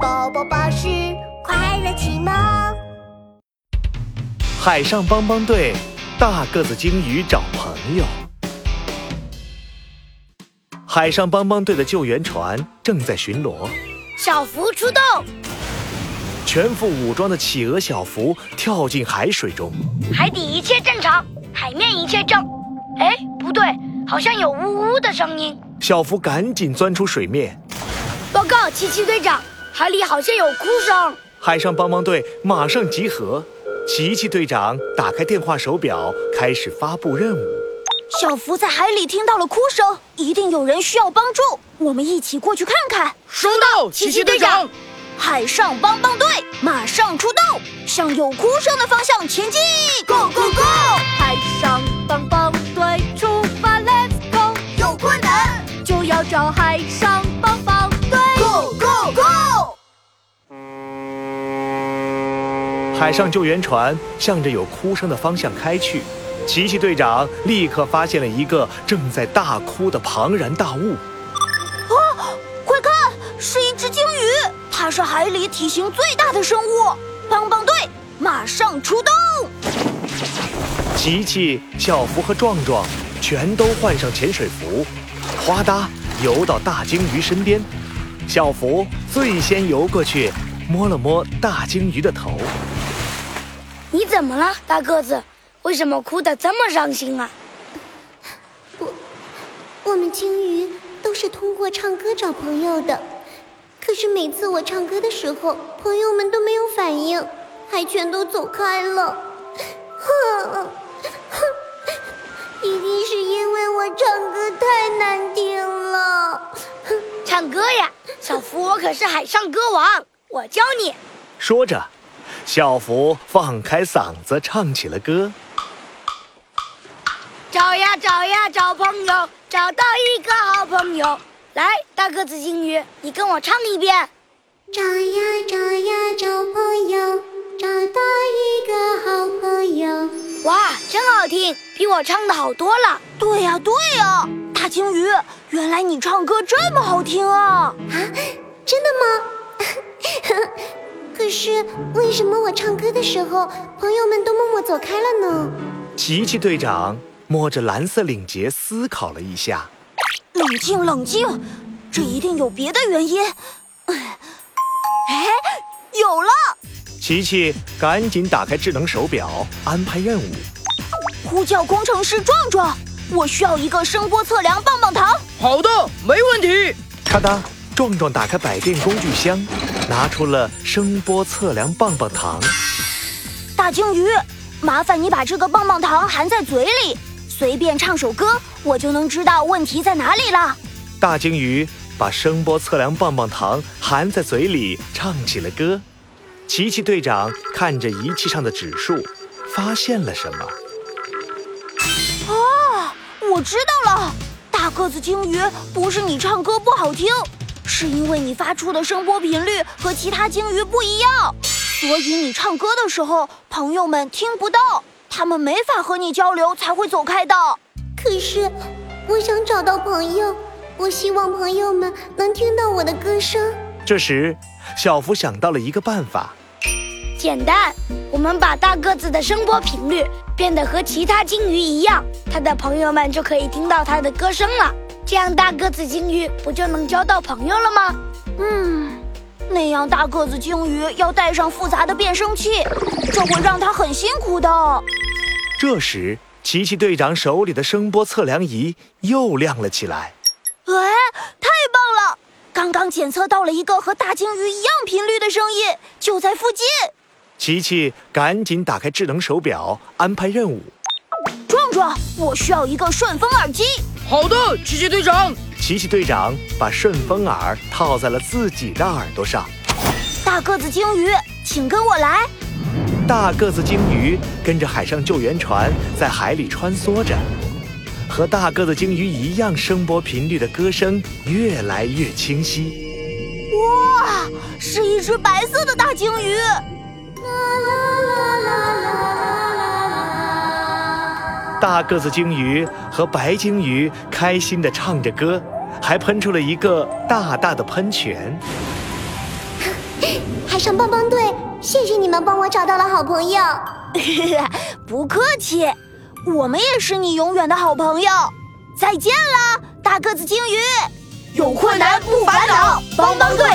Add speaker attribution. Speaker 1: 宝宝巴士快乐启蒙。
Speaker 2: 海上帮帮队，大个子鲸鱼找朋友。海上帮帮队的救援船正在巡逻，
Speaker 3: 小福出动，
Speaker 2: 全副武装的企鹅小福跳进海水中，
Speaker 3: 海底一切正常，海面一切正。哎，不对，好像有呜呜的声音。
Speaker 2: 小福赶紧钻出水面。
Speaker 3: 报告奇奇队长，海里好像有哭声。
Speaker 2: 海上帮帮队马上集合，琪琪队长打开电话手表，开始发布任务。
Speaker 4: 小福在海里听到了哭声，一定有人需要帮助，我们一起过去看看。
Speaker 5: 收到，奇奇队长。
Speaker 4: 海上帮帮队马上出动，向有哭声的方向前进！Go go go！
Speaker 6: 海上帮帮队出发，Let's go！
Speaker 1: 有困难
Speaker 6: 就要找海上帮帮队。
Speaker 1: ，Go Go Go！
Speaker 2: 海上救援船向着有哭声的方向开去，琪琪队长立刻发现了一个正在大哭的庞然大物。
Speaker 4: 快看，是一只鲸鱼，它是海里体型最大的生物。帮帮队马上出动！
Speaker 2: 琪琪、小福和壮壮全都换上潜水服，哗哒游到大鲸鱼身边。小福最先游过去，摸了摸大鲸鱼的头。
Speaker 3: 你怎么了，大个子？为什么哭得这么伤心啊？
Speaker 1: 我们鲸鱼都是通过唱歌找朋友的，可是每次我唱歌的时候，朋友们都没有反应，还全都走开了。 哼，哼，一定是因为我唱歌太难听了。
Speaker 3: 唱歌呀，小福，我可是海上歌王，我教你。
Speaker 2: 说着，小福放开嗓子唱起了歌。
Speaker 3: 找呀找呀找朋友，找到一个好朋友。来，大个子鲸鱼，你跟我唱一遍。
Speaker 1: 找呀找呀找朋友，找到一个好朋友。
Speaker 3: 哇，真好听，比我唱的好多了。
Speaker 4: 对呀、对呀、大鲸鱼，原来你唱歌这么好听啊！
Speaker 1: 真的吗？ 可是为什么我唱歌的时候，朋友们都默默走开了呢？
Speaker 2: 琪琪队长摸着蓝色领结思考了一下，
Speaker 4: 冷静冷静，这一定有别的原因。哎，有了！
Speaker 2: 琪琪赶紧打开智能手表，安排任务。
Speaker 4: 呼叫工程师壮壮，我需要一个声波测量棒棒糖。
Speaker 5: 好的，没问题。
Speaker 2: 咔哒，壮壮打开百变工具箱，拿出了声波测量棒棒糖。
Speaker 4: 大鲸鱼，麻烦你把这个棒棒糖含在嘴里，随便唱首歌，我就能知道问题在哪里了。
Speaker 2: 大鲸鱼把声波测量棒棒糖含在嘴里，唱起了歌。琪琪队长看着仪器上的指数，发现了什么？
Speaker 4: 我知道了，大个子鲸鱼不是你唱歌不好听，是因为你发出的声波频率和其他鲸鱼不一样，所以你唱歌的时候，朋友们听不到，他们没法和你交流，才会走开的。
Speaker 1: 可是我想找到朋友，我希望朋友们能听到我的歌声。
Speaker 2: 这时，小福想到了一个办法。
Speaker 3: 简单，我们把大个子的声波频率变得和其他鲸鱼一样，它的朋友们就可以听到它的歌声了。这样，大个子鲸鱼不就能交到朋友了吗？
Speaker 4: 嗯，那样大个子鲸鱼要带上复杂的变声器，这会让它很辛苦的。哎
Speaker 2: 这时，琪琪队长手里的声波测量仪又亮了起来。
Speaker 4: 哎，太棒了！刚刚检测到了一个和大鲸鱼一样频率的声音，就在附近。
Speaker 2: 琪琪赶紧打开智能手表，安排任务。
Speaker 4: 壮壮，我需要一个顺风耳机。
Speaker 5: 好的，奇奇队长。
Speaker 2: 琪琪队长把顺风耳套在了自己的耳朵上。
Speaker 4: 大个子鲸鱼，请跟我来。
Speaker 2: 大个子鲸鱼跟着海上救援船在海里穿梭着，和大个子鲸鱼一样，声波频率的歌声越来越清晰。
Speaker 4: 哇，啊是一只白色的大鲸鱼。
Speaker 1: 啊
Speaker 2: 大个子鲸鱼和白鲸鱼开心地唱着歌，还喷出了一个大大的喷泉。
Speaker 1: 海上帮帮队，谢谢你们帮我找到了好朋友。
Speaker 4: 不客气，我们也是你永远的好朋友。再见了，大个子鲸鱼。有困难不烦恼，帮帮个